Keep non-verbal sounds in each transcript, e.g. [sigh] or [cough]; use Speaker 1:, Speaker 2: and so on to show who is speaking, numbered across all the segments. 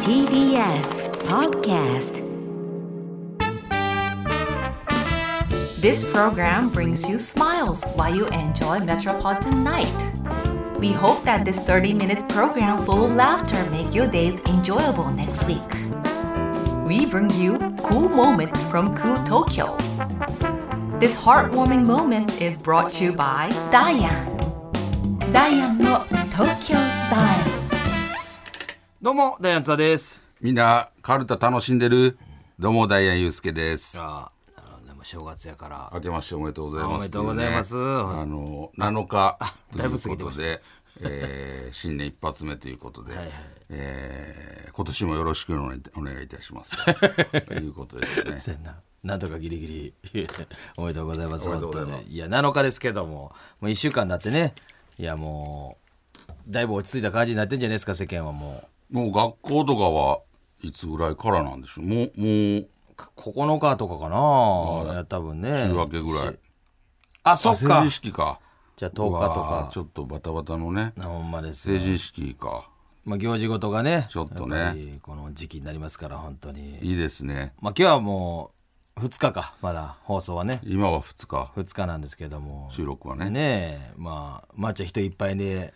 Speaker 1: TBS Podcast
Speaker 2: This program brings you smiles while you enjoy Metropolitan Night. We hope that this 30-minute program full of laughter make your days enjoyable next week. We bring you cool moments from cool Tokyo. This heartwarming moment is brought to you by Diane. Diane no Tokyo Style.
Speaker 3: どうも、ダイアンツァです。
Speaker 4: みんな、カルタ楽しんでるどうも、ダイアンユースケです。
Speaker 3: ああ、でも正月やから。
Speaker 4: 明けましておめでとうございます。
Speaker 3: おめでとうございます
Speaker 4: とうねあの、7日と
Speaker 3: だ
Speaker 4: い
Speaker 3: いうぶ
Speaker 4: こ
Speaker 3: 過ぎてま
Speaker 4: と
Speaker 3: した
Speaker 4: で、えー新年一発目ということで、えー今年もよろしくお願いお願いいた
Speaker 3: [laughs]
Speaker 4: します。ということですよね。
Speaker 5: せんな。なんとかギリギリ [laughs] 言えておめでとうございます。
Speaker 4: おめでとうございます
Speaker 5: 本当にいや、7日ですけども、もう1週間だってね、いやもう、だいぶ落ち着いた感じになってんじゃないですか、世間はも
Speaker 4: もう学校とかはいつぐらいからなんでしょう。もう、もう、
Speaker 5: う。か9日とかかな、いや多分ね。
Speaker 4: 週明けぐらい。
Speaker 5: あ、そっ
Speaker 4: 成
Speaker 5: か
Speaker 4: 人。式か。
Speaker 5: じゃあ10日と
Speaker 4: うわ
Speaker 5: か
Speaker 4: ー。ちょっとバタバタのね、
Speaker 5: なほんまです、
Speaker 4: 成人式か。
Speaker 5: まあ、行事ごとがね、
Speaker 4: ちょっとね
Speaker 5: やぱりこの時期になりますから、本当に。
Speaker 4: いいですね。
Speaker 5: まあ、今日はもう、2日か、まだ放送はね。
Speaker 4: 今は2日、
Speaker 5: 2日なんですけども。
Speaker 4: 収録はね。
Speaker 5: ねえまあ抹茶人いっぱいで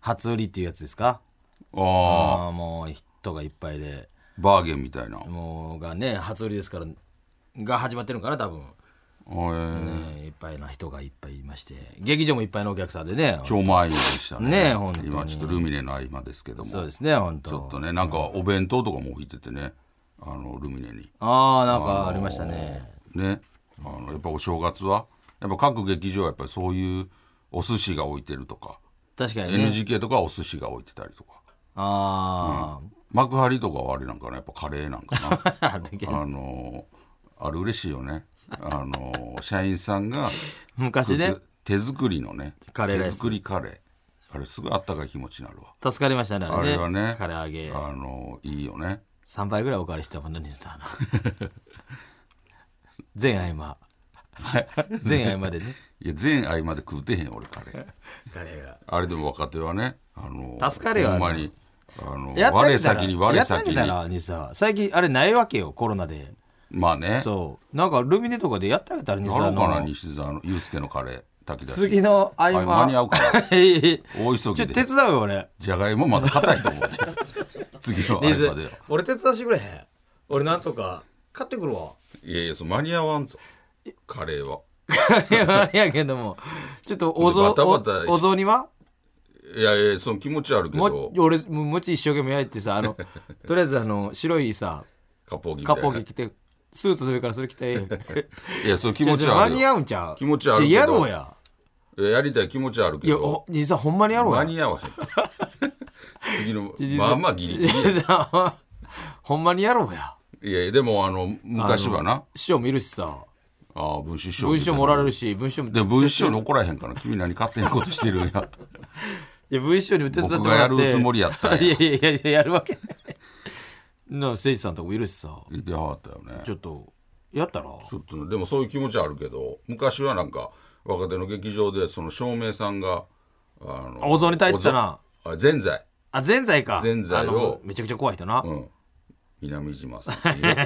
Speaker 5: 初売りっていうやつですか
Speaker 4: ああ。
Speaker 5: ああもう人がいっぱいで
Speaker 4: バーゲンみたいな。
Speaker 5: もうがね初売りですからが始まってるのかな多分、ね
Speaker 4: あえー
Speaker 5: えいっぱいな人がいっぱいいまして劇場もいっぱいのお客さんでね
Speaker 4: 超満員でしたね。
Speaker 5: ねえ本当に
Speaker 4: 今ちょっとルミネの合間ですけども。
Speaker 5: そうですね本当
Speaker 4: ちょっとね、なんかお弁当とかも置いててね、あの、ルミネに。
Speaker 5: ああなんかありましたね、
Speaker 4: ね。あの、やっぱお正月は、やっぱ各劇場はやっぱりそういうお寿司が置いてるとか、
Speaker 5: 確かにね
Speaker 4: NGK とかはお寿司が置いてたりとか、
Speaker 5: あ
Speaker 4: 幕張とかはあれなんかな、やっぱカレーなんかな。
Speaker 5: [laughs] あ、ある [laughs] けど
Speaker 4: あのあれ嬉しいよね。あの社員さんが
Speaker 5: 昔ね
Speaker 4: 作って手作りのね
Speaker 5: カレーライ
Speaker 4: 手
Speaker 5: ス
Speaker 4: 作りカレーあれすごいあったかい気持ちになるわ
Speaker 5: 助かりましたねあ
Speaker 4: あ
Speaker 5: れね
Speaker 4: れはね
Speaker 5: 唐揚げ
Speaker 4: あのいいよね
Speaker 5: 3杯ぐらいお借りしたもんね西
Speaker 4: [laughs]
Speaker 5: さん全合間全合間でね
Speaker 4: いや全合まで食うてへん俺カレ
Speaker 5: [laughs]
Speaker 4: ー
Speaker 5: カレーが
Speaker 4: あれでも若手はねあの
Speaker 5: 助かるよ
Speaker 4: ほんまにあの
Speaker 5: やった
Speaker 4: 我
Speaker 5: んだ
Speaker 4: 先に我先
Speaker 5: やったん
Speaker 4: に
Speaker 5: だにさ最近あれないわけよコロナで
Speaker 4: まあねや
Speaker 5: そうなんかルミネとかでやったやったらにさ
Speaker 4: ろうか
Speaker 5: あ
Speaker 4: な
Speaker 5: の
Speaker 4: 西澤の祐介のカレー炊き出し
Speaker 5: 次の合間
Speaker 4: 合間に合うかな
Speaker 5: ええ
Speaker 4: 大急ぎ
Speaker 5: [laughs] ちょ
Speaker 4: で
Speaker 5: っと手伝うよ俺
Speaker 4: じゃがいもまだ硬いと思
Speaker 5: [laughs]
Speaker 4: うで次の合
Speaker 5: ニーズ
Speaker 4: 間でよ
Speaker 5: 俺手伝わしてくれへん俺なんとか買ってくるわ
Speaker 4: いやいやそう間に合わんぞカレーはい
Speaker 5: や [laughs] いやけどもちょっとお雑
Speaker 4: バタバタ
Speaker 5: おお雑煮はい
Speaker 4: やいやその気持ちあるけ
Speaker 5: も
Speaker 4: ど
Speaker 5: 俺も餅一生懸命焼いてさあ
Speaker 4: [laughs]
Speaker 5: のとりあえずあの白いさ
Speaker 4: カポギみた
Speaker 5: カ
Speaker 4: いな
Speaker 5: ポギ着てスーツそれからそれ着
Speaker 4: [laughs]
Speaker 5: て
Speaker 4: いやそう
Speaker 5: 気
Speaker 4: 気持ちあ
Speaker 5: 間
Speaker 4: る
Speaker 5: に
Speaker 4: よ
Speaker 5: 合うんちゃう
Speaker 4: 気持ちあるけど
Speaker 5: じゃやろうや
Speaker 4: いややりたい気持ちある
Speaker 5: い
Speaker 4: け
Speaker 5: や
Speaker 4: ど
Speaker 5: お兄さんほんまにやろうや
Speaker 4: 間に合わ
Speaker 5: [laughs]
Speaker 4: へん次の
Speaker 5: 実
Speaker 4: まあまあギリギリや
Speaker 5: 実は [laughs] ほんまにやろうや
Speaker 4: いやいやでもあの昔はな
Speaker 5: 師匠もいるしさ
Speaker 4: ああ文春師匠
Speaker 5: 文章もおられる
Speaker 4: し
Speaker 5: し文章も
Speaker 4: で文春師匠に怒らへんから君何勝手なことしてるんや [laughs]
Speaker 5: いや文章にも手伝っても
Speaker 4: 僕
Speaker 5: ら
Speaker 4: が
Speaker 5: って
Speaker 4: やるつもりやったんや
Speaker 5: いやいやいやいややるわけないな誠司さんとかもいるしさ
Speaker 4: 言ってはったよね
Speaker 5: ちょっとやったら
Speaker 4: ちょっとでもそういう気持ちあるけど昔はなんか若手の劇場でその照明さんがあの
Speaker 5: お雑煮炊いてたな
Speaker 4: お雑あぜんざい
Speaker 5: あぜんざいか
Speaker 4: ぜんざいを
Speaker 5: あのめちゃくちゃ怖い人な、
Speaker 4: うん、南島さんっていう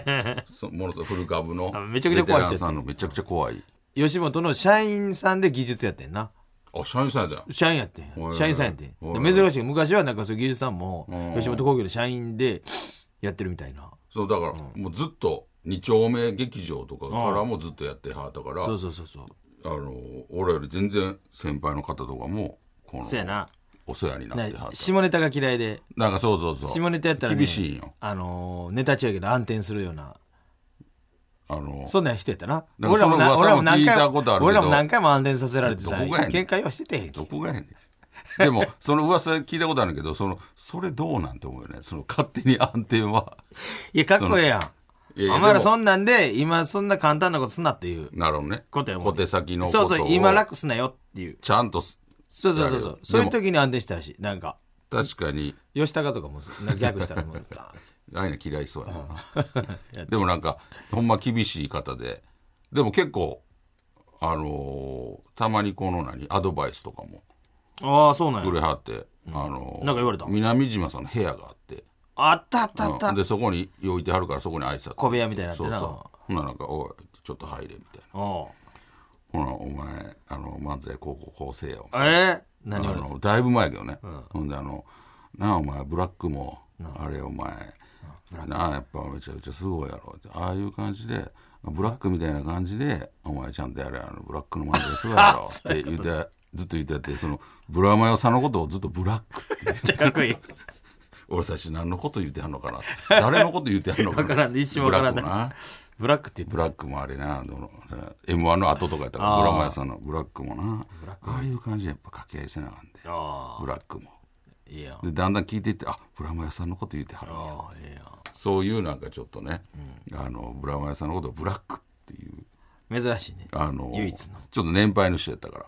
Speaker 5: [laughs]
Speaker 4: ねそものすごい古株の
Speaker 5: あめちゃくちゃ怖い人やった
Speaker 4: ベテランさんのめちゃくちゃ怖い
Speaker 5: 吉本の社員さんで技術やってんな
Speaker 4: あ社員さんやったんや
Speaker 5: 社員やってん
Speaker 4: おいおい
Speaker 5: 社員さんやってん
Speaker 4: おいお
Speaker 5: で
Speaker 4: い
Speaker 5: 珍しい昔はなんかそういう技術さんも
Speaker 4: ん
Speaker 5: 吉本興業の社員でやってるみたいな
Speaker 4: そうだから、もうずっと二丁目劇場とかからもずっとやってはったから、
Speaker 5: そうそうそうそう
Speaker 4: あの俺より全然先輩の方とかもこ
Speaker 5: そうや
Speaker 4: の
Speaker 5: な
Speaker 4: お世話にな
Speaker 5: な
Speaker 4: ってはった
Speaker 5: 下ネタが嫌いで
Speaker 4: なんかそうそうそう
Speaker 5: 下ネタやったら、ね、
Speaker 4: 厳しいんよ
Speaker 5: あのーネタ中やけど暗転するような
Speaker 4: あの
Speaker 5: そんなん人やったな
Speaker 4: なんかその
Speaker 5: な
Speaker 4: 噂も
Speaker 5: 何
Speaker 4: 聞い
Speaker 5: 回
Speaker 4: たことあるけど
Speaker 5: 俺らも何回も暗転させられてさ
Speaker 4: どこがやね
Speaker 5: 喧
Speaker 4: ん
Speaker 5: 嘩ようしててんけ
Speaker 4: どこがやねん [laughs] でもその噂聞いたことあるけどそのそれどうなんて思うよねその勝手に安定はい
Speaker 5: やかっこええやん
Speaker 4: いやいや
Speaker 5: お前ら
Speaker 4: でも
Speaker 5: そんなんで今そんな簡単なことすんなっていう
Speaker 4: なるほどね
Speaker 5: ことやもんね
Speaker 4: 小手先のこと
Speaker 5: そう
Speaker 4: を
Speaker 5: そう今楽すなよっていう
Speaker 4: ちゃんとす
Speaker 5: そうそうそうそ
Speaker 4: やる
Speaker 5: う
Speaker 4: よ
Speaker 5: そういう時に暗転したらしいなんか
Speaker 4: 確かに
Speaker 5: 吉高とかもなんか逆したら
Speaker 4: [laughs]
Speaker 5: もうさ
Speaker 4: ああいうの嫌いそうや [laughs] なでもなんかほんま厳しい方ででも結構あのーたまにこの何アドバイスとかも
Speaker 5: ああそうなんや
Speaker 4: くれはって、あのー
Speaker 5: なんか言われた
Speaker 4: 南島さんの部屋があって
Speaker 5: あったあったあった、
Speaker 4: うんでそこに置いてはるからそこに挨拶
Speaker 5: 小部屋みたいになって
Speaker 4: そう
Speaker 5: な
Speaker 4: そうほななんか「おいちょっと入れ」みたいな
Speaker 5: おう
Speaker 4: ほなお前あの漫才高校構成よ
Speaker 5: えー何
Speaker 4: あ
Speaker 5: を
Speaker 4: のだいぶ前やけどね、ほんであの「なあお前ブラックも、あれお前、なあやっぱめちゃくちゃすごいやろ」ってああいう感じでブラックみたいな感じで「お前ちゃんとやれあのブラックの漫才すごいやろ」って言ってずっと言ってやってそのブラマヨさんのことをずっとブラックって
Speaker 5: め
Speaker 4: [laughs]
Speaker 5: っちゃかっこいい
Speaker 4: 俺最初何のこと言ってはんのかな誰のこと言ってはんのかな
Speaker 5: わからん一瞬わからん
Speaker 4: ブ
Speaker 5: ブラッ
Speaker 4: ラックもな
Speaker 5: クって言って
Speaker 4: ブラックもあれな、どの M1 の後とかやったから、
Speaker 5: あー
Speaker 4: ブラマヤさんのブラックもな、ああいう感じでやっぱ掛け合いせなあかんで、
Speaker 5: あ
Speaker 4: ブラックも。
Speaker 5: あいいやん
Speaker 4: で、だんだん聞いていって、あブラマヤさんのこと言ってはるんや
Speaker 5: ああいいや
Speaker 4: そういうなんかちょっとね、あのブラマヤさんのことをブラックっていう、
Speaker 5: ん珍しいね
Speaker 4: あの
Speaker 5: 唯一の
Speaker 4: ちょっと年配の人やったか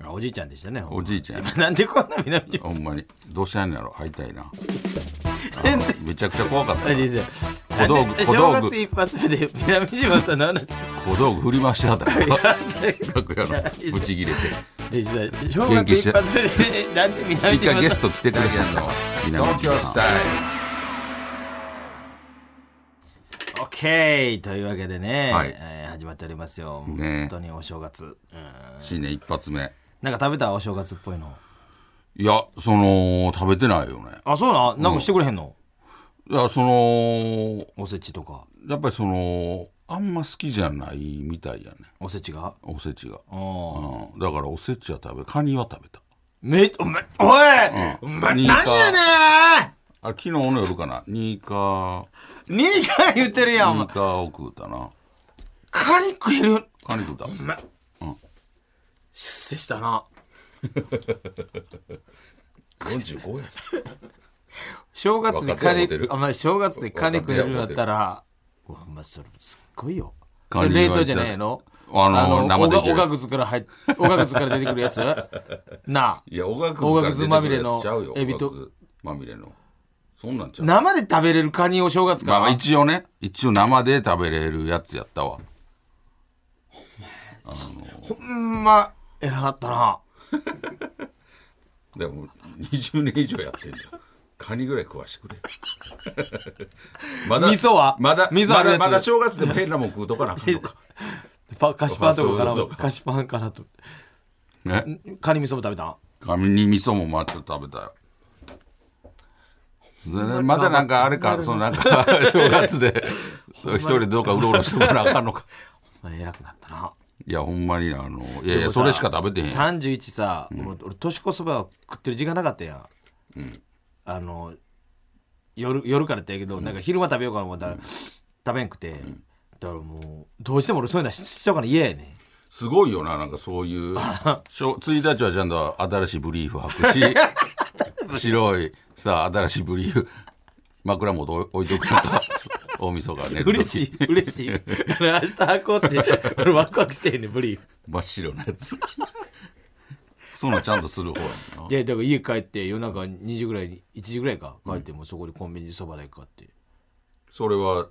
Speaker 4: ら、
Speaker 5: あおじいちゃんでしたね
Speaker 4: おじいちゃんや、
Speaker 5: 今なんでこんな南
Speaker 4: ほんまに、どうしたんやろ、会いたいな。
Speaker 5: 全然
Speaker 4: めちゃくちゃ怖かったから。
Speaker 5: 何で
Speaker 4: 小道具、小
Speaker 5: 正
Speaker 4: 道
Speaker 5: 月
Speaker 4: 具、
Speaker 5: 一発目で南島さんの話
Speaker 4: 小道具振り回してはったから、楽屋の、ぶち切れて。
Speaker 5: で実際正月一発でなんで南
Speaker 4: 一
Speaker 5: 島さ
Speaker 4: 回
Speaker 5: ん
Speaker 4: ゲスト来てくれへんの、
Speaker 3: 東京スタイ
Speaker 5: オッケーというわけでね、
Speaker 4: はい
Speaker 5: えー始まっておりますよ、本
Speaker 4: ね
Speaker 5: 当にお正月、うん
Speaker 4: 新年一発目
Speaker 5: なんか食べたお正月っぽいの
Speaker 4: いやその食べてないよね
Speaker 5: あそうななんかしてくれへんの、
Speaker 4: いやその
Speaker 5: おせちとか
Speaker 4: やっぱりそのあんま好きじゃないみたいやね
Speaker 5: おせちが
Speaker 4: おせちが、
Speaker 5: うんお
Speaker 4: うん、だからおせちは食べカニは食べた
Speaker 5: めおめおい、
Speaker 4: う
Speaker 5: お
Speaker 4: ん
Speaker 5: 前
Speaker 4: ニーカ
Speaker 5: 何やね
Speaker 4: あれ昨日の夜かなニーカ
Speaker 5: んニーカー言ってるやんお
Speaker 4: ニ
Speaker 5: 前
Speaker 4: ーカを食うたな
Speaker 5: カニ食える
Speaker 4: カニ食うた
Speaker 5: お前出世したな
Speaker 4: 45や
Speaker 5: 正月にカニ
Speaker 4: 若手や思てる
Speaker 5: あまあ正月でカニ食えるようになったらうわまあそれすっごいよそ
Speaker 4: カ
Speaker 5: れ
Speaker 4: ニ
Speaker 5: 冷凍じゃないの
Speaker 4: あの生でいけ
Speaker 5: お
Speaker 4: る
Speaker 5: がおが
Speaker 4: やつ
Speaker 5: くずから入っおがくずから出てくるや
Speaker 4: [laughs]
Speaker 5: つなあ
Speaker 4: いやおがく
Speaker 5: おがく
Speaker 4: ず
Speaker 5: ず
Speaker 4: か
Speaker 5: ま
Speaker 4: ら出
Speaker 5: みれ
Speaker 4: てくるや
Speaker 5: の
Speaker 4: つちゃうよ
Speaker 5: エビと
Speaker 4: おがくずまみれのそんなんちゃう
Speaker 5: 生で食べれるカニを正月か
Speaker 4: まあ
Speaker 5: ら、
Speaker 4: まあ一応ね一応生で食べれるやつやったわ
Speaker 5: ほんま偉かった
Speaker 4: [laughs]
Speaker 5: な
Speaker 4: でも20年以上やってんだよカニぐらい食わしてくれ [laughs] ま
Speaker 5: 味噌は
Speaker 4: まだ
Speaker 5: 味噌
Speaker 4: ま
Speaker 5: ある
Speaker 4: だ
Speaker 5: やつ
Speaker 4: まだ正月でも変なもん食うとかなあかんのか
Speaker 5: パ菓子パンとかか
Speaker 4: あそういうこと
Speaker 5: な
Speaker 4: か
Speaker 5: 菓子パンかなと
Speaker 4: [laughs] ね
Speaker 5: カニ味噌も食べた
Speaker 4: カニ味噌もまた食べたよでまだなんかあれかそのなんか正月で一人でどうかうろうろしてもらわなあかんのか
Speaker 5: まあ偉くなったない
Speaker 4: やほんまにあのい
Speaker 5: で
Speaker 4: やい
Speaker 5: も
Speaker 4: や
Speaker 5: さ
Speaker 4: それしか食べてへんやん
Speaker 5: 31さ、俺俺年越そばは食ってる時間なかったやん、あの夜夜からってやけど、なんか昼間食べようかな思ったら、食べんくて、だからもうどうしても俺そういうのはししとかな嫌やねん
Speaker 4: すごいよななんかそういうしょ1日はちゃんと新しいブリーフ履く
Speaker 5: [laughs]
Speaker 4: し白いさ新しいブリーフ枕元置いとくやんか大晦日寝る時
Speaker 5: 嬉しい嬉しい明日履こうって俺ワクワクしてへんねんブリーフ
Speaker 4: 真っ白なやつそんなんちゃんとする方やもんな
Speaker 5: でだから家帰って夜中2時ぐらいに1時ぐらいか帰ってもうそこでコンビニでそばだけ買って
Speaker 4: それは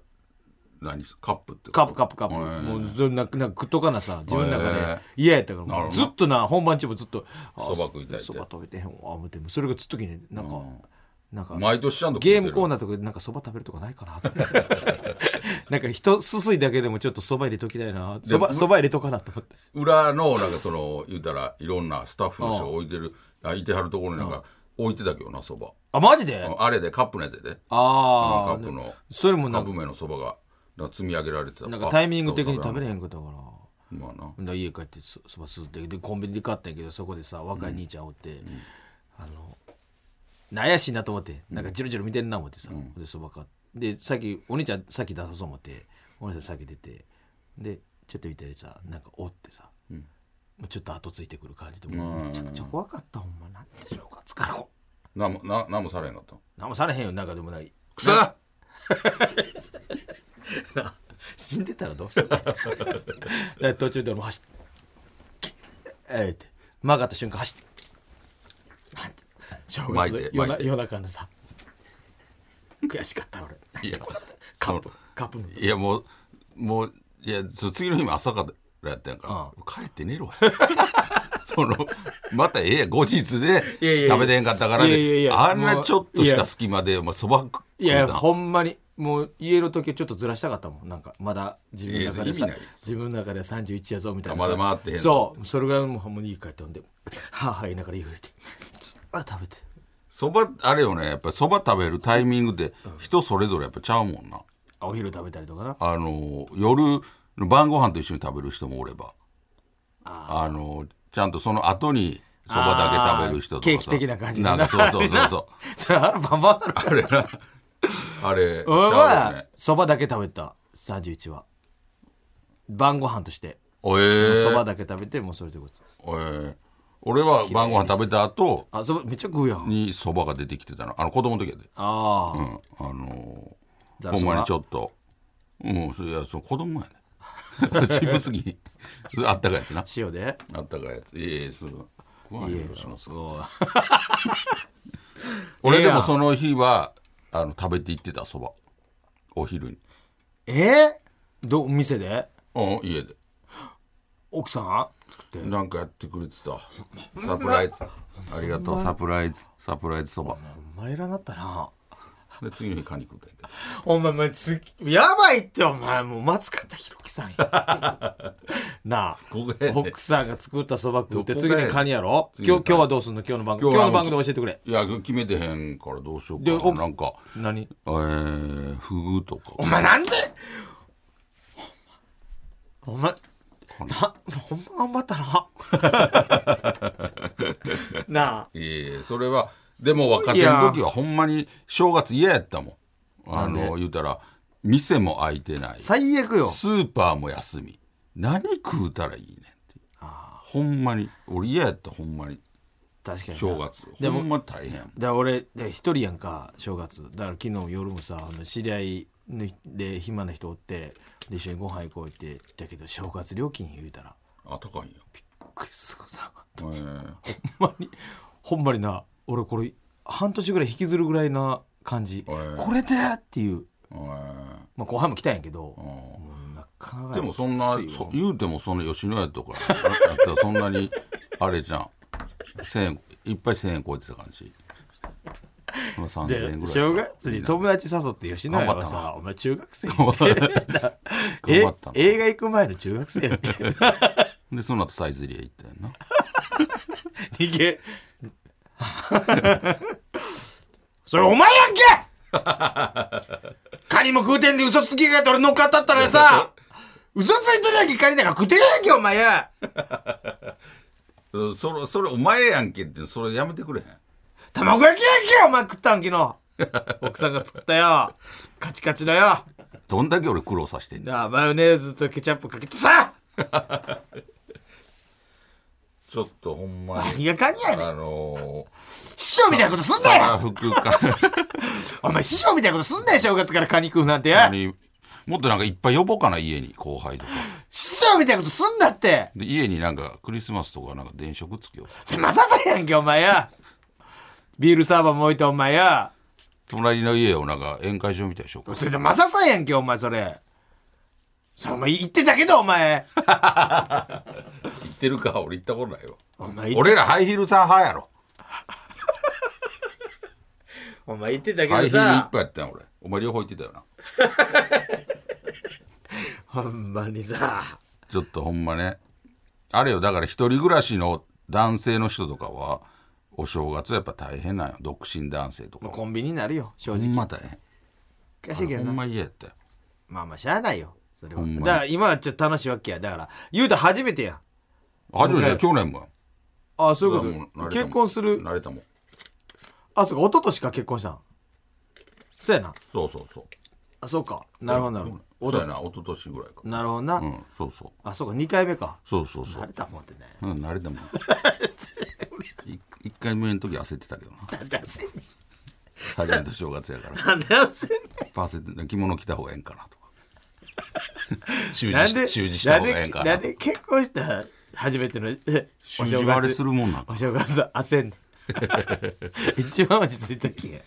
Speaker 4: 何カップってこと
Speaker 5: カップカップカップ、
Speaker 4: うん
Speaker 5: もうそれなんかなんか食っとかなさ自分の中
Speaker 4: へ
Speaker 5: で
Speaker 4: え
Speaker 5: 嫌やったから
Speaker 4: なる
Speaker 5: も
Speaker 4: ほ
Speaker 5: う
Speaker 4: どな
Speaker 5: ずっとな本番中もずっとあ
Speaker 4: そば食いたいって
Speaker 5: そば食べてへんわ思ってもうそれがずっときねなんか、なんか
Speaker 4: 毎年ちゃんと食うて
Speaker 5: ゲ
Speaker 4: る
Speaker 5: ームコーナーとかでなんかそば食べるとかないかなと思ってなんか人すすいだけでもちょっとそば入れときたいなそばそば入れとかなと思って
Speaker 4: 裏のなんかその言うたらいろんなスタッフの人が置いてるあいてはるところになんか置いてたけどなそば
Speaker 5: あマジで
Speaker 4: あれでカップのやつやで
Speaker 5: ああ
Speaker 4: カップの
Speaker 5: それもな
Speaker 4: カッ
Speaker 5: ん
Speaker 4: プ
Speaker 5: か
Speaker 4: 麺のそばがなんか積み上げられてた
Speaker 5: なんかタイミング的に食べれ
Speaker 4: れ
Speaker 5: へんかったから。
Speaker 4: まあ
Speaker 5: だ
Speaker 4: な
Speaker 5: から家帰ってそそばすってでコンビニで買ったんやけどそこでさ若い兄ちゃんおって、あの怪しいなと思ってなんかジロジロ見てんな思ってさ、でそば買ってでさっきお兄ちゃんさっき出さそう思ってお兄ちゃんさっき出てでちょっと見たらさなんかおってさ、もうちょっと後ついてくる感じでもうめちゃくちゃ怖かったほんまなんて正月からこ
Speaker 4: なんもななんもされへんかった
Speaker 5: 何もされへんよなんかでもない
Speaker 4: くそー
Speaker 5: 死んでたらどうするで途中で俺も走ってえーって曲がった瞬間走ってなんて正月
Speaker 4: 巻い
Speaker 5: の
Speaker 4: て
Speaker 5: 夜な
Speaker 4: 巻いて
Speaker 5: 夜中のさ悔しかった俺
Speaker 4: いや
Speaker 5: カッ
Speaker 4: そ
Speaker 5: プ
Speaker 4: の
Speaker 5: カップ麺
Speaker 4: いやもうもういやそ次の日も朝からやったやんか、帰って寝ろや [laughs] そのまたええや後日で
Speaker 5: いやいや
Speaker 4: 食べてへんかったから
Speaker 5: いやいやい
Speaker 4: で
Speaker 5: や
Speaker 4: あんなちょっとした隙間でお前そば食
Speaker 5: いや
Speaker 4: うたん
Speaker 5: ほんまにもう家の時ちょっとずらしたかったもんなんかまだ自分の中で
Speaker 4: いや
Speaker 5: さ
Speaker 4: 意味ない
Speaker 5: 自分の中では31やぞみたいな
Speaker 4: あまだ回ってへんぞ
Speaker 5: そうそれぐらいもうほんまにいい回ったんではあはあ言いながら言われてあ食べて
Speaker 4: そばあれよねやっぱりそば食べるタイミングって人それぞれやっぱちゃうもんな
Speaker 5: あお昼食べたりとかな
Speaker 4: あの夜の晩ご飯と一緒に食べる人もおればあのちゃんとその後にそばだけ食べる人とか
Speaker 5: あ
Speaker 4: さ
Speaker 5: ーケーキ的な感じで
Speaker 4: な
Speaker 5: なん
Speaker 4: かそうそうそうそう
Speaker 5: それ腹パンパンなる
Speaker 4: あれなあ
Speaker 5: [laughs] 俺
Speaker 4: れちゃうよ
Speaker 5: は
Speaker 4: ね
Speaker 5: そばだけ食べた31は晩ご飯として
Speaker 4: おえー
Speaker 5: そばだけ食べてもうそれでございます
Speaker 4: えー俺は晩ご飯食べた後
Speaker 5: あそばめっちゃ食うやん
Speaker 4: にそばが出てきてたのあの子供の時やで、
Speaker 5: ああ、
Speaker 4: うん、あのー
Speaker 5: ざる
Speaker 4: ほん
Speaker 5: そば
Speaker 4: まにちょっとうんそれいやその子供やね [laughs] チップすぎそれあったかいやつな
Speaker 5: 塩で
Speaker 4: あったかいやついえいえそれご飯用意します
Speaker 5: そう
Speaker 4: 俺でもその日はあの食べて行ってたそばお昼に
Speaker 5: えー、どお店で
Speaker 4: うん家で
Speaker 5: 奥さん作って
Speaker 4: なんかやってくれてたサプライズありがとうサプライズサプライズそば
Speaker 5: お前らなったな
Speaker 4: で次の日カニ食ったんやけど
Speaker 5: お前お前すやばいってお前もう松方弘樹さんや
Speaker 4: [laughs]
Speaker 5: なあ
Speaker 4: ここやね
Speaker 5: 奥さんが作ったそば食って
Speaker 4: どこ
Speaker 5: 次
Speaker 4: がや
Speaker 5: にカニやろ
Speaker 4: 次
Speaker 5: 今日
Speaker 4: にカ
Speaker 5: 今
Speaker 4: ニ
Speaker 5: 日はどうすんの今日の番組
Speaker 4: 今日
Speaker 5: 今
Speaker 4: は
Speaker 5: 日の番組で教えてくれ
Speaker 4: いや決めてへんからどうしよう
Speaker 5: で
Speaker 4: か
Speaker 5: お
Speaker 4: ななんか
Speaker 5: 何
Speaker 4: えー、フグとか
Speaker 5: お前なんでお前なほんま頑張ったな
Speaker 4: [laughs]
Speaker 5: なあ
Speaker 4: ええそれはでも若手の時はほんまに正月嫌やったもんあの言うたら店も開いてないス
Speaker 5: 最悪よ
Speaker 4: ーパーも休み何食うたらいいねんってほんまに俺嫌やったほんまに
Speaker 5: 確かにな
Speaker 4: 正月
Speaker 5: でも
Speaker 4: ほんま大変やもん
Speaker 5: だから俺で一人やんか正月だから昨日夜もさあの知り合いので暇な人おってで一緒にご飯行こうってだけど正月料金言うたら
Speaker 4: あ高いんや
Speaker 5: クリスマスさ
Speaker 4: えー
Speaker 5: ほんまにほんまにな俺これ半年ぐらい引きずるぐらいな感じ
Speaker 4: おい
Speaker 5: これでっていう、
Speaker 4: えー
Speaker 5: まあ、後輩も来たんやけど
Speaker 4: う、ん
Speaker 5: うんなかなか
Speaker 4: でもそんな
Speaker 5: きつい
Speaker 4: そ
Speaker 5: よ
Speaker 4: 言うてもその吉野家とかああったらそんなにあれじゃん1000円いっぱい1000円超えてた感じほ
Speaker 5: で
Speaker 4: な3000円ぐらい
Speaker 5: 正月に友達誘って吉野家は
Speaker 4: 頑張った
Speaker 5: さお前中学生やんけ [laughs] え
Speaker 4: 頑張ったな
Speaker 5: 映画行く前の中学生やっけ
Speaker 4: [laughs] でその後サイゼリア行ったよな
Speaker 5: 逃げ [laughs] それお前やんけ
Speaker 4: [laughs]
Speaker 5: カニも食うてんで嘘つきがって俺乗っかったったらさ嘘ついてるやんけカニなんか食ってるやんけお前や
Speaker 4: うんそれそれお前やんけってそれやめてくれへん
Speaker 5: 卵焼きやんけお前食ったん昨
Speaker 4: [laughs]
Speaker 5: 日奥さんが作ったよカチカチだよ
Speaker 4: どんだけ俺苦労させてんねん
Speaker 5: なあマヨネーズとケチャップかけてさ
Speaker 4: ちょっとほんま
Speaker 5: 何
Speaker 4: に
Speaker 5: がカニやねん
Speaker 4: あの
Speaker 5: 師匠みたいなことすん
Speaker 4: ー、
Speaker 5: な
Speaker 4: ただ
Speaker 5: よ
Speaker 4: 服か
Speaker 5: お前師匠みたいなことすんなよ正月からカニ食うなんてや
Speaker 4: にもっとなんかいっぱい呼ぼうかな家に後輩とか
Speaker 5: 師匠みたいなことすんなって
Speaker 4: で家になんかクリスマスとかなんか電飾つけよう
Speaker 5: それマサさんやんけお前やビールサーバーも置いてお前や
Speaker 4: 隣の家をなんか宴会場みたいにしようか
Speaker 5: それでマサさんやんけお前それそれお前言ってたけどお前
Speaker 4: 行ってるか俺行ったことないわ
Speaker 5: お前言って
Speaker 4: 俺らハイヒールさん派やろ
Speaker 5: お前言ってたけ
Speaker 4: ハイ
Speaker 5: ど
Speaker 4: ヒール一
Speaker 5: さ
Speaker 4: 歩やったん俺お前両方行ってたよな
Speaker 5: ほんまにさ
Speaker 4: ちょっとほんまねあれよだから一人暮らしの男性の人とかはお正月はやっぱ大変なんよ独身男性とか
Speaker 5: もう
Speaker 4: は
Speaker 5: コンビニになるよ正
Speaker 4: ほ
Speaker 5: 直
Speaker 4: んま大変
Speaker 5: おかしいけど
Speaker 4: あれほ
Speaker 5: なん
Speaker 4: ま嫌やったよ
Speaker 5: まあまあしゃあないよそれは
Speaker 4: ほんまに
Speaker 5: だから今はちょっと楽しいわけやだから言うたら初めてやん
Speaker 4: 初めてだ去年も
Speaker 5: ああそう
Speaker 4: だ
Speaker 5: い
Speaker 4: か
Speaker 5: うこ
Speaker 4: らもう
Speaker 5: と
Speaker 4: 慣れたもん
Speaker 5: 結婚する
Speaker 4: 慣れたもん
Speaker 5: あそうか一昨年か結婚したんそうやな
Speaker 4: そうそうそう
Speaker 5: あそうかなるほどなるほ
Speaker 4: そう
Speaker 5: ど
Speaker 4: やな一昨年ぐらいか
Speaker 5: なるほどな、
Speaker 4: うんそうそう
Speaker 5: あそうか2回目か
Speaker 4: そうそうそ
Speaker 5: 慣
Speaker 4: う
Speaker 5: れたもんってね
Speaker 4: うん慣れ
Speaker 5: [laughs]
Speaker 4: たもんい一回目の時焦ってたけどな
Speaker 5: なんで焦んね
Speaker 4: 初めて正月やから
Speaker 5: んなんで焦んね
Speaker 4: パーセント着物着た方がええんかな
Speaker 5: [laughs]
Speaker 4: とか習
Speaker 5: んな
Speaker 4: 字
Speaker 5: んで
Speaker 4: し習字した方がええんか
Speaker 5: な
Speaker 4: なん
Speaker 5: でなんで結婚した初めてのえ
Speaker 4: 習字割れするもんなん
Speaker 5: お
Speaker 4: か
Speaker 5: 正月焦んね
Speaker 4: [laughs]
Speaker 5: ん一番落ち着いたっけ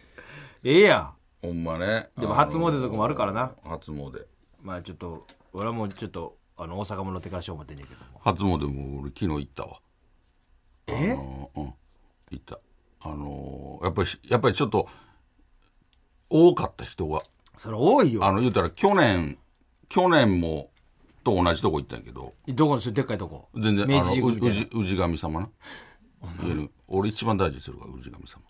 Speaker 5: ええや
Speaker 4: ほんまね
Speaker 5: でも初詣とかもあるからな
Speaker 4: あの初詣
Speaker 5: んまあちょっと俺はもうちょっとあの大阪も乗ってからしょうも出んねんけども
Speaker 4: 初詣も俺昨日行ったわえうん行ったあのーやっぱりやっぱりちょっと多かった人が
Speaker 5: それ多いよ
Speaker 4: あの言うたら去年去年もと同じとこ行ったんやけど
Speaker 5: どこのでっかいとこ
Speaker 4: 全然
Speaker 5: 明
Speaker 4: あ
Speaker 5: 治神
Speaker 4: の
Speaker 5: 宮みたいな
Speaker 4: 氏氏神様な家に俺一番大事にするから氏神様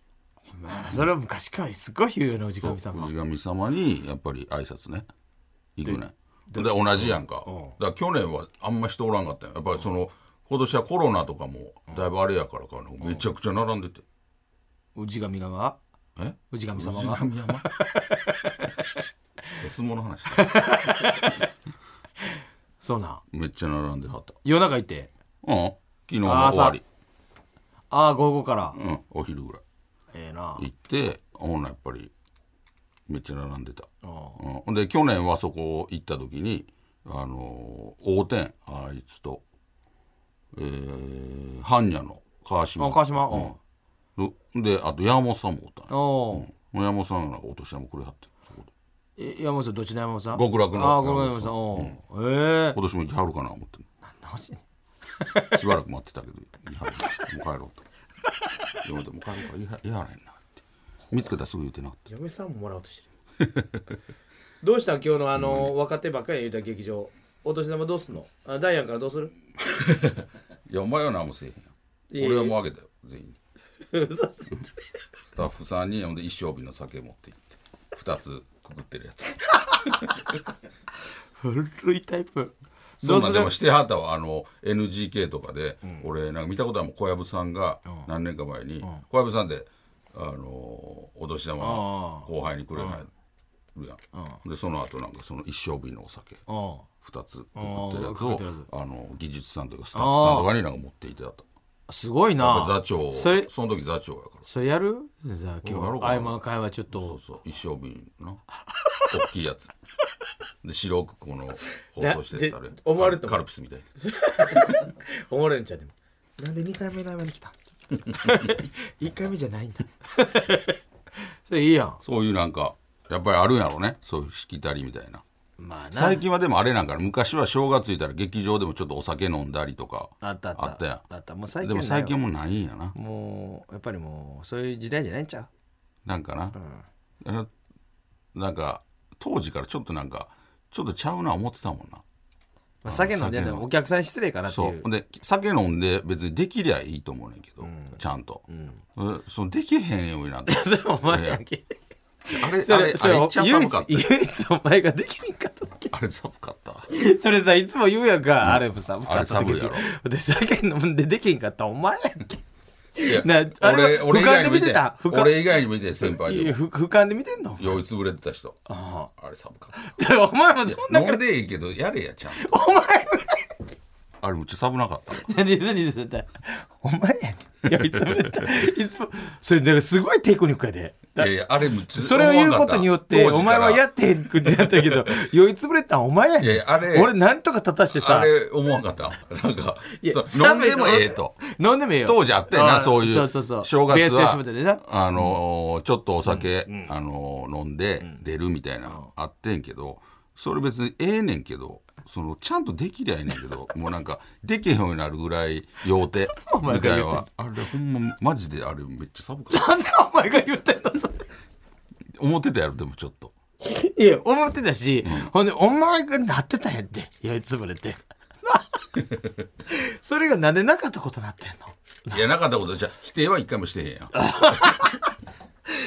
Speaker 5: それは昔からすごい言うよねおじかみさんが
Speaker 4: 氏神様にやっぱり挨拶ね行くねで同じやんか、だから去年はあんま人おらんかったんややっぱりその今年はコロナとかもだいぶあれやからかな、めちゃくちゃ並んでて、
Speaker 5: おじかみが
Speaker 4: え
Speaker 5: おじかみ様
Speaker 4: 氏
Speaker 5: が
Speaker 4: 神 [laughs] 山相撲の話
Speaker 5: そうなん
Speaker 4: めっちゃ並んではった
Speaker 5: 夜中行って
Speaker 4: うん昨日の終わり
Speaker 5: ああ午後から
Speaker 4: うんお昼ぐらい
Speaker 5: ええな
Speaker 4: 行ってほなやっぱりめっちゃ並んでた、
Speaker 5: う
Speaker 4: うん、ほんで去年はそこ行った時にあのー横転あいつとえー般若の川島
Speaker 5: あ川島うん
Speaker 4: うんであと山本さんもおったん
Speaker 5: ん
Speaker 4: や
Speaker 5: おう
Speaker 4: 山本さんがなんかお年玉くれはってそこで
Speaker 5: え山本さんどっちの山本さん
Speaker 4: 極楽の
Speaker 5: ああ極楽の山本さんおうええ
Speaker 4: 今年も行きはるかな思って
Speaker 5: 直し
Speaker 4: しばらく待ってたけど「いはるもう帰ろう」と「嫁ともう帰ろうかいは言いはらへんな」って見つけたらすぐ言うてなって
Speaker 5: 嫁さんももらおうとしてるどうした今日のあの若手ばっかり言うた劇場お年玉どうすんのあダイアンからどうする
Speaker 4: いやお前は何もせえへ
Speaker 5: い
Speaker 4: んや
Speaker 5: や
Speaker 4: ん俺はもうあげたよ全員に
Speaker 5: 嘘ついて
Speaker 4: スタッフさんにほんで一生日の酒持って行って2つくくってるや
Speaker 5: [laughs]
Speaker 4: つ
Speaker 5: [laughs] 古いタイプ
Speaker 4: そ
Speaker 5: ど
Speaker 4: ん
Speaker 5: う
Speaker 4: な
Speaker 5: す
Speaker 4: ん
Speaker 5: る
Speaker 4: でもしてはったわあの NGK とかで、俺なんか見たことあるもん小籔さんが何年か前に、小籔さんであのーお年玉
Speaker 5: あ
Speaker 4: 後輩にくれないるやん、でその後なんかその一生日のお酒
Speaker 5: うん
Speaker 4: 2つくくってるやつ
Speaker 5: あーくく
Speaker 4: を
Speaker 5: ってるやつ
Speaker 4: あの技術さんというかスタッフさんとかになんか持っていただいた
Speaker 5: すごい
Speaker 4: や
Speaker 5: な
Speaker 4: っぱ座長
Speaker 5: それ
Speaker 4: その時座長やから
Speaker 5: それやるじゃあ今
Speaker 4: やろう
Speaker 5: 日
Speaker 4: かな
Speaker 5: 合間の会話ちょっ
Speaker 4: そう
Speaker 5: と
Speaker 4: そう一生瓶
Speaker 5: [laughs]
Speaker 4: の大きいやつで白くこの包装してた
Speaker 5: だ
Speaker 4: ら
Speaker 5: で思われても
Speaker 4: カルピスみたいな
Speaker 5: おもろいんちゃうでもなんで2回目の合間に来 [laughs] た一1回目じゃないん [laughs] だそれいいやん
Speaker 4: そういうなんかやっぱりあるんやろねそういうしきたりみたいな
Speaker 5: まあな
Speaker 4: 最近はでもあれなんかな昔は正月いたら劇場でもちょっとお酒飲んだりとか
Speaker 5: あったあった
Speaker 4: あったやん
Speaker 5: あったもう最近は
Speaker 4: でも
Speaker 5: ない
Speaker 4: 最近はもうないんやな
Speaker 5: もうやっぱりもうそういう時代じゃないんちゃう
Speaker 4: なんかな、えなんか当時からちょっとなんかちょっとちゃうな思ってたもんな
Speaker 5: まあ、酒飲んでんの
Speaker 4: 酒飲
Speaker 5: お客さんに失礼かなって
Speaker 4: そ
Speaker 5: いう
Speaker 4: うで酒飲んで別にできりゃいいと思うねんけど、ちゃんと、えそのできへんようになっ
Speaker 5: [laughs]
Speaker 4: て
Speaker 5: それお前やんけ
Speaker 4: あれ
Speaker 5: そ
Speaker 4: あれ
Speaker 5: れそ
Speaker 4: あ
Speaker 5: れ
Speaker 4: れめっちゃ
Speaker 5: 唯
Speaker 4: 寒
Speaker 5: 一
Speaker 4: かった
Speaker 5: 唯一お前ができへんかった [laughs] 時
Speaker 4: あれ寒かった
Speaker 5: それさいつも言うやんか、あれもさ
Speaker 4: あれ寒いやろ
Speaker 5: で酒飲んでできへんかったお前やんけ
Speaker 4: いや
Speaker 5: [laughs] なあれ
Speaker 4: 俺俺以外にもい
Speaker 5: 俯瞰で見て
Speaker 4: て
Speaker 5: た俯瞰
Speaker 4: 俺以外にもいて先輩
Speaker 5: いや
Speaker 4: で
Speaker 5: ふ俯瞰で見てんの [laughs]
Speaker 4: 酔いつぶれてた人
Speaker 5: あ
Speaker 4: あれ寒かっ
Speaker 5: あでお前もそんな
Speaker 4: た飲んでいいけどやれやちゃんと
Speaker 5: お前
Speaker 4: あれめっちゃ寒なかった
Speaker 5: 何何それお前やねんいやいつも言ったいつもそれだからすごいテクニックやで
Speaker 4: いやいやあれめっちゃ
Speaker 5: それを言うことによって
Speaker 4: 思わ
Speaker 5: お
Speaker 4: んか
Speaker 5: 前
Speaker 4: た
Speaker 5: はやってへんくってなったけど酔いつぶれたんお前や
Speaker 4: いや
Speaker 5: ねん
Speaker 4: いやあれ
Speaker 5: 俺なんとか立たしてさ
Speaker 4: あれ思わんかったなんか
Speaker 5: いや
Speaker 4: そう飲んでもええと
Speaker 5: 飲んでもええよ
Speaker 4: 当時あってな
Speaker 5: ー
Speaker 4: そういう
Speaker 5: そうそうそう
Speaker 4: 正
Speaker 5: ベー
Speaker 4: 月
Speaker 5: ス吉本でな
Speaker 4: はあのーちょっとお酒、あのー飲んで出るみたいな、あってんけどそれ別にええねんけどそのちゃんとできりゃええねんけ
Speaker 5: [laughs]
Speaker 4: どもうなんかできへんようになるぐらい酔うて
Speaker 5: 前
Speaker 4: み
Speaker 5: が
Speaker 4: たい
Speaker 5: 言うて
Speaker 4: なあれほんまマジであれめっちゃ寒かった
Speaker 5: なんでお前が言ってんのそれ
Speaker 4: 思ってたやろでもちょっ
Speaker 5: [laughs]
Speaker 4: と
Speaker 5: いや思ってたし、ほんでお前がなってたんやって酔いつぶれ
Speaker 4: [laughs]
Speaker 5: てそれがなんでなかったことなってんの
Speaker 4: いやなかったことじゃ否定は一回もしてへんや [laughs] ん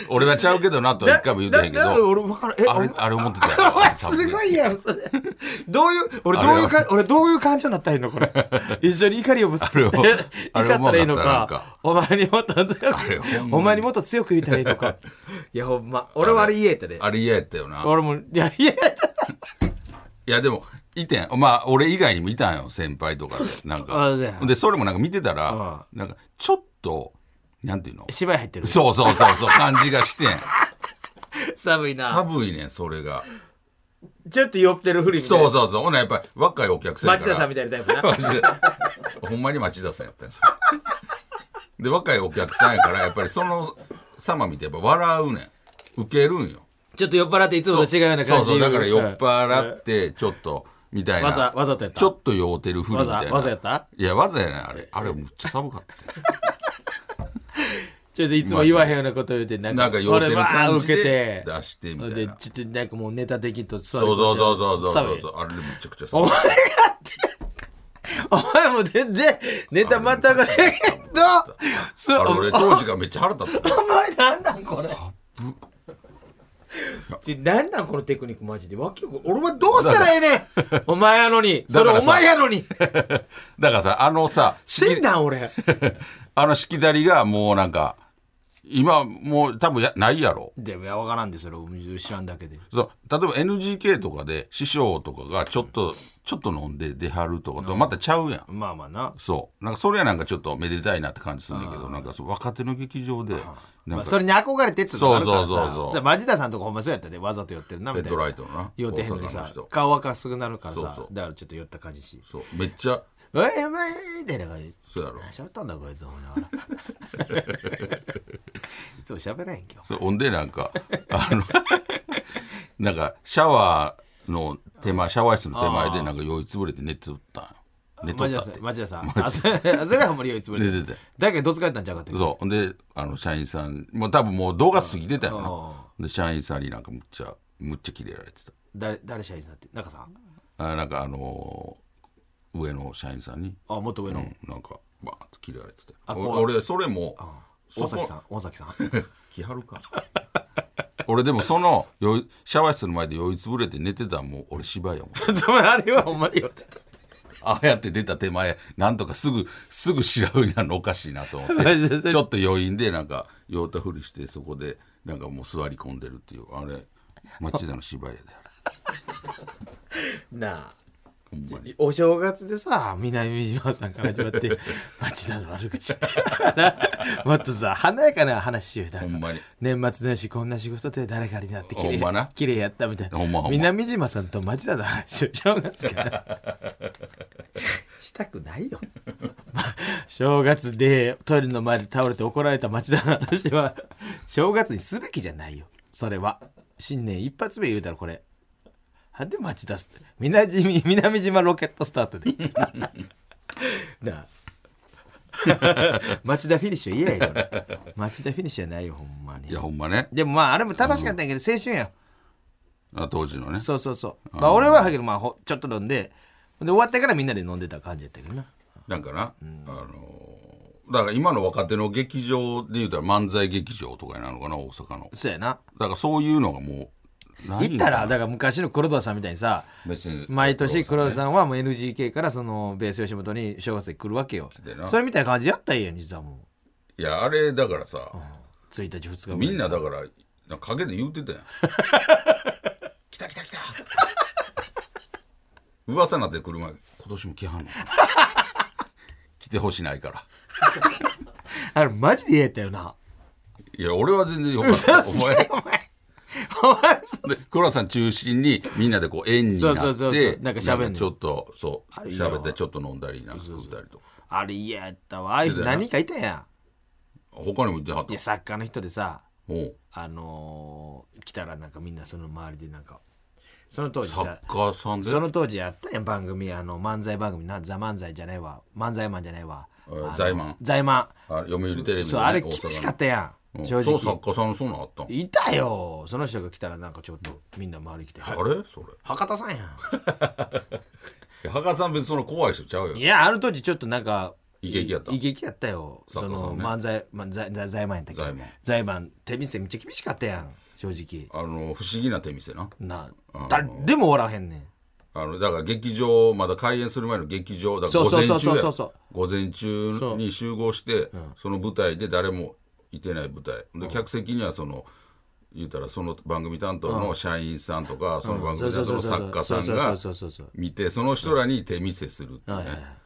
Speaker 4: 俺はちゃうけどなとは一回も言うてへんけ
Speaker 5: だだだ
Speaker 4: ど
Speaker 5: 俺分からんえ
Speaker 4: あれ
Speaker 5: お前
Speaker 4: あれ思ってたや
Speaker 5: お前
Speaker 4: ろ
Speaker 5: すごいやんそれどういう俺どういう
Speaker 4: あ
Speaker 5: か俺どういう感情になったらいいのこ
Speaker 4: [laughs]
Speaker 5: れ一緒に怒りをぶつけ
Speaker 4: あれ
Speaker 5: て怒
Speaker 4: をあ
Speaker 5: [laughs]
Speaker 4: れを
Speaker 5: ったらいいのか
Speaker 4: 思わな
Speaker 5: お
Speaker 4: かったなんか
Speaker 5: 前にもっと強く
Speaker 4: あれほんまに
Speaker 5: お前にもっと強く言ったらいいのかいやほんま俺はあれ言えたで
Speaker 4: あれ嫌やったよな
Speaker 5: 俺もいや言えた
Speaker 4: いやでもいてんまあ俺以外にもいたんよ先輩とかでなん
Speaker 5: あ
Speaker 4: か
Speaker 5: そうや
Speaker 4: でそれもなんか見てたらなんかちょっとなんていうの
Speaker 5: 芝居入ってる
Speaker 4: そうそうそう
Speaker 5: [laughs]
Speaker 4: そう感じがしてん
Speaker 5: 寒いな
Speaker 4: 寒いねんそれが
Speaker 5: ちょっと酔ってるふりみたい
Speaker 4: そう
Speaker 5: な
Speaker 4: そうそうほなやっぱり若いお客さんや
Speaker 5: 町
Speaker 4: から
Speaker 5: 田さんみたいなタイプな
Speaker 4: 町田ほんまに町田さんやったんですよで若いお客さんやからやっぱりその様見てやっぱ笑うねんウケるんよ
Speaker 5: ちょっと酔っ払っていつもと違うような感じ
Speaker 4: そうそうだから酔っ
Speaker 5: っ
Speaker 4: 払ってちょっとみたいな
Speaker 5: わざわざとやった
Speaker 4: ちょっと酔うてるふり
Speaker 5: わ
Speaker 4: み
Speaker 5: ざ
Speaker 4: たいな
Speaker 5: わざやった
Speaker 4: いやわざやないあれあれむっちゃ寒かったよ
Speaker 5: ちょっといつも言わへんようなこと言うて [laughs] なん
Speaker 4: なんか酔うてる感じ
Speaker 5: 俺
Speaker 4: で
Speaker 5: わー
Speaker 4: 出してみたいな
Speaker 5: でちょっとなんかもうネタできんと座る
Speaker 4: そうそうそうそうそうそう
Speaker 5: 寒い
Speaker 4: あれでむちゃくちゃ
Speaker 5: お
Speaker 4: 寒
Speaker 5: 前
Speaker 4: か
Speaker 5: が
Speaker 4: っ
Speaker 5: ってお前もう全然ネタ全くできんとそ
Speaker 4: た
Speaker 5: う
Speaker 4: あれ俺当時がめっちゃ腹立った [laughs]
Speaker 5: お前なんなんこれなんなんこのテクニックマジでわけよく俺はどうしたらええねんお前やのにそ
Speaker 4: だ
Speaker 5: れ
Speaker 4: から
Speaker 5: お
Speaker 4: さ
Speaker 5: 前やのに
Speaker 4: だからさあのさ [laughs]
Speaker 5: 死んだん俺
Speaker 4: あのしきたりがもうなんか今もう多分やないやろ
Speaker 5: でもやわからんでそれお水知らんだけで
Speaker 4: そう例えば NGK とかで師匠とかがちょっと、ちょっと飲んで出はるとかとまたちゃうやん、
Speaker 5: まあまあな
Speaker 4: そうなんかそれはなんかちょっとめでたいなって感じするんだけどなんかそう若手の劇場でなん
Speaker 5: まあ、
Speaker 4: か
Speaker 5: それに憧れてっていうのがあるからさ
Speaker 4: そうそうそうそう
Speaker 5: だからマジダさんとかほんまそうやったでわざと寄ってるなみ
Speaker 4: ヘ
Speaker 5: た
Speaker 4: ッ
Speaker 5: いな
Speaker 4: ドライトのな
Speaker 5: 酔ってへんのに
Speaker 4: 大阪の
Speaker 5: さ
Speaker 4: 人
Speaker 5: 顔赤すぐなるからさ
Speaker 4: そうそう
Speaker 5: だからちょっと寄った感じし
Speaker 4: そうめっちゃ
Speaker 5: 「おいお前」みたいな感じ
Speaker 4: そうやろ
Speaker 5: 何しゃべったんだこいつ思い
Speaker 4: [laughs]
Speaker 5: ながらいつもしゃべらへん今日
Speaker 4: そうほんでなんかあのなんかシャワーの手前シャワー室の手前でなんか酔いつぶれて寝てったんよ寝
Speaker 5: マ
Speaker 4: とっ
Speaker 5: ジダ
Speaker 4: たっ
Speaker 5: さ
Speaker 4: て
Speaker 5: んマジダさんあそれあそれはあんまり酔いつぶれ
Speaker 4: 寝てて
Speaker 5: 誰かにどつかれたんちゃうかって
Speaker 4: そうほんであの社員さんもう多分もう動画過ぎてたよなで社員さんになんかむっちゃむっちゃキレられてた
Speaker 5: 誰誰社員さんって中さん
Speaker 4: あなんかあのー上の社員さんに
Speaker 5: あもっと上の、
Speaker 4: うん、なんかバーッと切れられてて
Speaker 5: あこう
Speaker 4: お俺それもそ
Speaker 5: 大
Speaker 4: こ
Speaker 5: 崎さん大崎さん [laughs]
Speaker 4: 来はるか [laughs] 俺でもその酔いシャワー室の前で酔いつぶれて寝てたらもう俺芝居やもん
Speaker 5: つまりあれはほんまに酔ってた
Speaker 4: ああやって出た手前なんとかすぐすぐ白いなるのおかしいなと思っ
Speaker 5: マジで [laughs]
Speaker 4: て
Speaker 5: それ
Speaker 4: ちょっと余韻でなんか酔ったふりしてそこでなんかもう座り込んでるっていうあれ町田の芝居やであれ
Speaker 5: なあ
Speaker 4: ほんまに
Speaker 5: お正月でさ南島さんから始ま
Speaker 4: [laughs]
Speaker 5: って「町田の悪口」 [laughs] もっとさ華やかな話しようよだから
Speaker 4: ほんまに
Speaker 5: 年末年始こんな仕事で誰かになってきれい
Speaker 4: ほんまな
Speaker 5: きれいやったみたいな
Speaker 4: ほんまほんま
Speaker 5: 南島さんと町田の話を [laughs] 正月から
Speaker 4: [laughs]
Speaker 5: したくないよ、ま正月でトイレの前で倒れて怒られた町田の話は正月にすべきじゃないよそれは新年一発目言うたらこれなんで町田す南島南島ロケットスタート [laughs] でなあ町田フィニッシュ言えやよ町田フィニッシュじゃないよほんまに
Speaker 4: いやほんまね
Speaker 5: でもまああれも楽しかったんやけど青春や
Speaker 4: あ当時のね
Speaker 5: そうそうそうまあ俺はだけどまあほちょっと飲んでで終わってからみんなで飲んでた感じやったけどな
Speaker 4: なんかな、あのーだから今の若手の劇場で言うたら漫才劇場とかになるのかな大阪の
Speaker 5: そうやな
Speaker 4: だからそういうのがもうない
Speaker 5: 行
Speaker 4: ん
Speaker 5: った
Speaker 4: かな
Speaker 5: らだから昔の黒田さんみたいにさ
Speaker 4: 別に
Speaker 5: 毎年黒田さんはもう NGK からそのベース吉本に正月に来るわけよ
Speaker 4: てな
Speaker 5: それみたいな感じやったんや実はも
Speaker 4: いやあれだからさ、
Speaker 5: う1日2日
Speaker 4: みんなだからなんか陰で言うてたやん [laughs] 来た来た来た [laughs] 噂なってくる前今年も来はんの [laughs] 来てほしないから
Speaker 5: あれマジで嫌やったよない
Speaker 4: や俺は全然よかったお前
Speaker 5: [laughs] お前お前そ
Speaker 4: で黒田さん中心にみんなでこう円になって
Speaker 5: そうそうそうそうなんか喋んの
Speaker 4: なんかちょっとそう
Speaker 5: れいいな
Speaker 4: 喋ってちょっと飲んだりなんか食ったりとか
Speaker 5: あれ嫌やったわああいう人
Speaker 4: 嫌だな
Speaker 5: 何人かいたや
Speaker 4: 他にも言ってはっ
Speaker 5: んい
Speaker 4: た
Speaker 5: や作家の人でさ
Speaker 4: おう
Speaker 5: あのー来たらなんかみんなその周りでなんかその当時
Speaker 4: サッ
Speaker 5: さ
Speaker 4: カーさんで
Speaker 5: その当時やったやん番組あの漫才番組な「ザ漫才」じゃないわ漫才マンじゃないわ
Speaker 4: えー財満
Speaker 5: 財満
Speaker 4: あ読売テレビのね
Speaker 5: そうあれ
Speaker 4: 大
Speaker 5: 厳
Speaker 4: 阪の
Speaker 5: しかったや
Speaker 4: うんん
Speaker 5: 正
Speaker 4: そう作
Speaker 5: 直
Speaker 4: 家さんそんなんあったん
Speaker 5: いたよその人が来たらなんかちょっとみんな周り来て
Speaker 4: あれそれ
Speaker 5: 博多さんやん
Speaker 4: いや博士さん別にその怖い人ちゃうよ
Speaker 5: いやあの当時ちょっとなんか
Speaker 4: イケイケやった
Speaker 5: イケイケやったよそ
Speaker 4: 作家さんね
Speaker 5: の漫才漫才財財満やったっけ
Speaker 4: 財満
Speaker 5: 財満手店めっちゃ厳しかったやん正直
Speaker 4: あの不思議な手店な
Speaker 5: な
Speaker 4: あ
Speaker 5: 誰でもおらへんねん
Speaker 4: あのだから劇場まだ開演する前の劇場だから
Speaker 5: そう
Speaker 4: 午
Speaker 5: そう
Speaker 4: 前
Speaker 5: そう
Speaker 4: 中や
Speaker 5: そうそう
Speaker 4: 午前中に集合してその舞台で誰もいてない舞台で客席にはその言うたらその番組担当の社員さんとかその番組担当の作家さんが
Speaker 5: そうそうそうそうそうそうそう
Speaker 4: 見てその人らに手見せするっていう
Speaker 5: はいはい
Speaker 4: ね
Speaker 5: は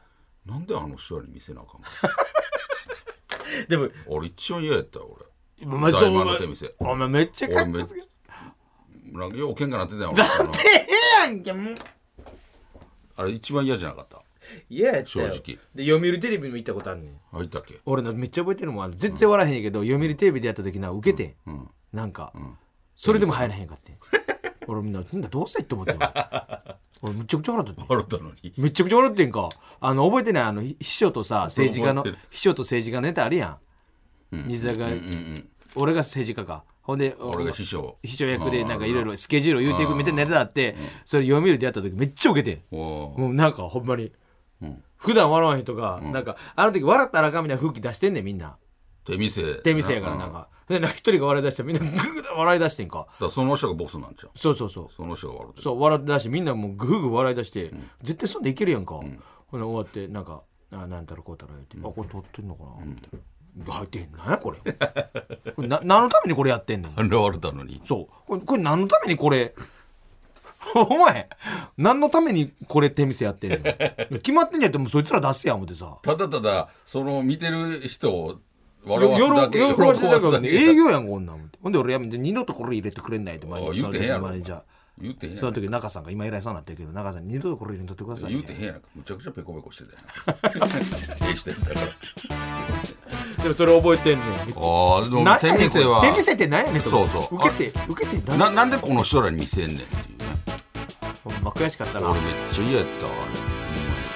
Speaker 4: なんであの人らに見せなあかんの
Speaker 5: でも
Speaker 4: 俺一応嫌やったよ
Speaker 5: お
Speaker 4: 俺
Speaker 5: 前そう
Speaker 4: 大
Speaker 5: お
Speaker 4: 満の
Speaker 5: 前
Speaker 4: 手見せ
Speaker 5: お前めっちゃかっ
Speaker 4: 俺
Speaker 5: こ
Speaker 4: め
Speaker 5: [laughs] い
Speaker 4: っ
Speaker 5: い
Speaker 4: なんかよう喧嘩なってたよ俺あの
Speaker 5: ええやんけもう
Speaker 4: あれ一番嫌じゃなかった
Speaker 5: 嫌やったよ
Speaker 4: 正直
Speaker 5: で読売テレビにも行ったことあるねん
Speaker 4: 入ったっけ
Speaker 5: 俺のめっちゃ覚えてるもんあの全然笑わへんやけど、読売テレビでやった時な受けて、ん
Speaker 4: [laughs]
Speaker 5: なんか、それでも入らへんかって俺みんなみんなどうせって思ってる俺めちゃくちゃ笑ったって
Speaker 4: 笑ったのに
Speaker 5: めちゃくちゃ笑ってんかあの覚えてないあのひ秘書と [laughs] さ政治家の
Speaker 4: 覚えてる
Speaker 5: 秘書と政治家のネタあるやん、西田が、俺が政治家かほんで
Speaker 4: 俺が秘書
Speaker 5: 秘書役でなんかいろい
Speaker 4: あ
Speaker 5: ろスケジュールを言うていくみたいなネタあってそれ読みるでやった時めっちゃウケて
Speaker 4: あおー
Speaker 5: もうなんかほんまに、普段笑わへん人が、なんかあの時笑ったらあかんみたいな空気出してんねんみんな
Speaker 4: 手店
Speaker 5: 手店やからなんかでなんか一人が笑い出してみんなグーグー笑い出してんか
Speaker 4: だからその人がボスなんちゃう
Speaker 5: そうそうそう
Speaker 4: その人が笑ってる
Speaker 5: そう笑って出してみんなもうグーグー笑い出して、絶対そんでいけるやんか、ほな終わってなんか「あなんたらこうたら」言って「あこれ撮ってんのかな」みたいな「入ってんなんやこれこれ [laughs] な何のためにこれやってんの?」
Speaker 4: あれ笑ったのに
Speaker 5: そうこれこれ何のためにこれ [laughs] お前何のためにこれ手店やっ
Speaker 4: [laughs]
Speaker 5: てんの決まってんじゃんってもうそいつら出すやん思ってさ
Speaker 4: ただただその見てる人を笑わ
Speaker 5: よ
Speaker 4: す
Speaker 5: ろ
Speaker 4: だけ
Speaker 5: 喜ばせてたからね営
Speaker 4: 喜ば
Speaker 5: 業やんこんなん思ってほんで俺やめて二度とこれ入れてくれないって
Speaker 4: あ言うてへんやろ
Speaker 5: マネージャー
Speaker 4: 言うてへんや
Speaker 5: その
Speaker 4: ん
Speaker 5: 時中さんが今偉いさんになってるけど中さんに二度とこれ入れんとってくださいね
Speaker 4: 言うてへんやんかむちゃくちゃペコペコしてたやん [laughs] ええ人やったから
Speaker 5: でもそれ覚えてんねん。
Speaker 4: ああでも
Speaker 5: 何や
Speaker 4: 手
Speaker 5: ねん
Speaker 4: 店は
Speaker 5: これ手店って何やねんとか
Speaker 4: そうそう
Speaker 5: 受けて受けてだ
Speaker 4: ななんでこの人らに見せんねんっていうね
Speaker 5: ほんま悔しかったな
Speaker 4: 俺めっちゃ嫌やったわ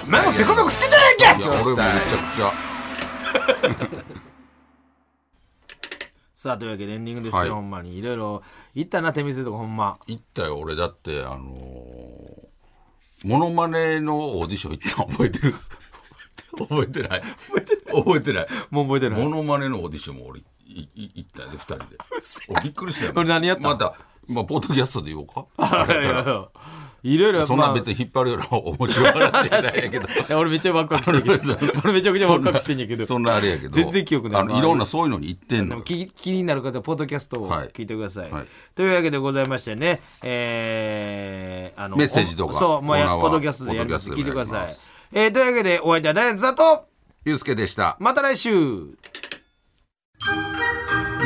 Speaker 5: お前もペコペコしてたやん
Speaker 4: あれい
Speaker 5: け
Speaker 4: や俺もめちゃくちゃ
Speaker 5: さあというわけでエンディングですよ、
Speaker 4: はい
Speaker 5: ほんまにいろいろ行ったな手店とかほんま
Speaker 4: 行ったよ俺だってあのー、モノマネのオーディション行ったの覚 [laughs] えてる覚えてない覚えてない覚えてない
Speaker 5: もう覚えてない
Speaker 4: モノマネのオーディションも俺いい行ったよね2人で俺びっくりしたよ
Speaker 5: 俺何やった
Speaker 4: また、まあ、ポッドキャストで言おうか
Speaker 5: [laughs] いろいろ
Speaker 4: そんな
Speaker 5: まあ
Speaker 4: 別に引っ張るような面白い話じゃないや
Speaker 5: [laughs]
Speaker 4: け
Speaker 5: い
Speaker 4: ど
Speaker 5: や俺めっちゃワクワクして
Speaker 4: [laughs]
Speaker 5: んやけど俺めちゃくちゃワクワクしてんやけど
Speaker 4: そんなあれやけど
Speaker 5: 全然記憶ない
Speaker 4: あのいろんなそういうのに行ってん
Speaker 5: で
Speaker 4: の
Speaker 5: も
Speaker 4: よ
Speaker 5: 気気になる方はポッドキャストを
Speaker 4: はい
Speaker 5: 聞いてください。
Speaker 4: はい
Speaker 5: というわけでございましてね、えーあの
Speaker 4: メッセージとか
Speaker 5: おそうもうや
Speaker 4: コーナーは
Speaker 5: ポッドキャストでやります
Speaker 4: ポッ
Speaker 5: 聞い
Speaker 4: ド
Speaker 5: て
Speaker 4: キャストで
Speaker 5: く
Speaker 4: お願
Speaker 5: だ
Speaker 4: いしま
Speaker 5: さい
Speaker 4: す。
Speaker 5: えーというわけでお相手はダイアンズだと
Speaker 4: ゆうすけでした
Speaker 5: また来週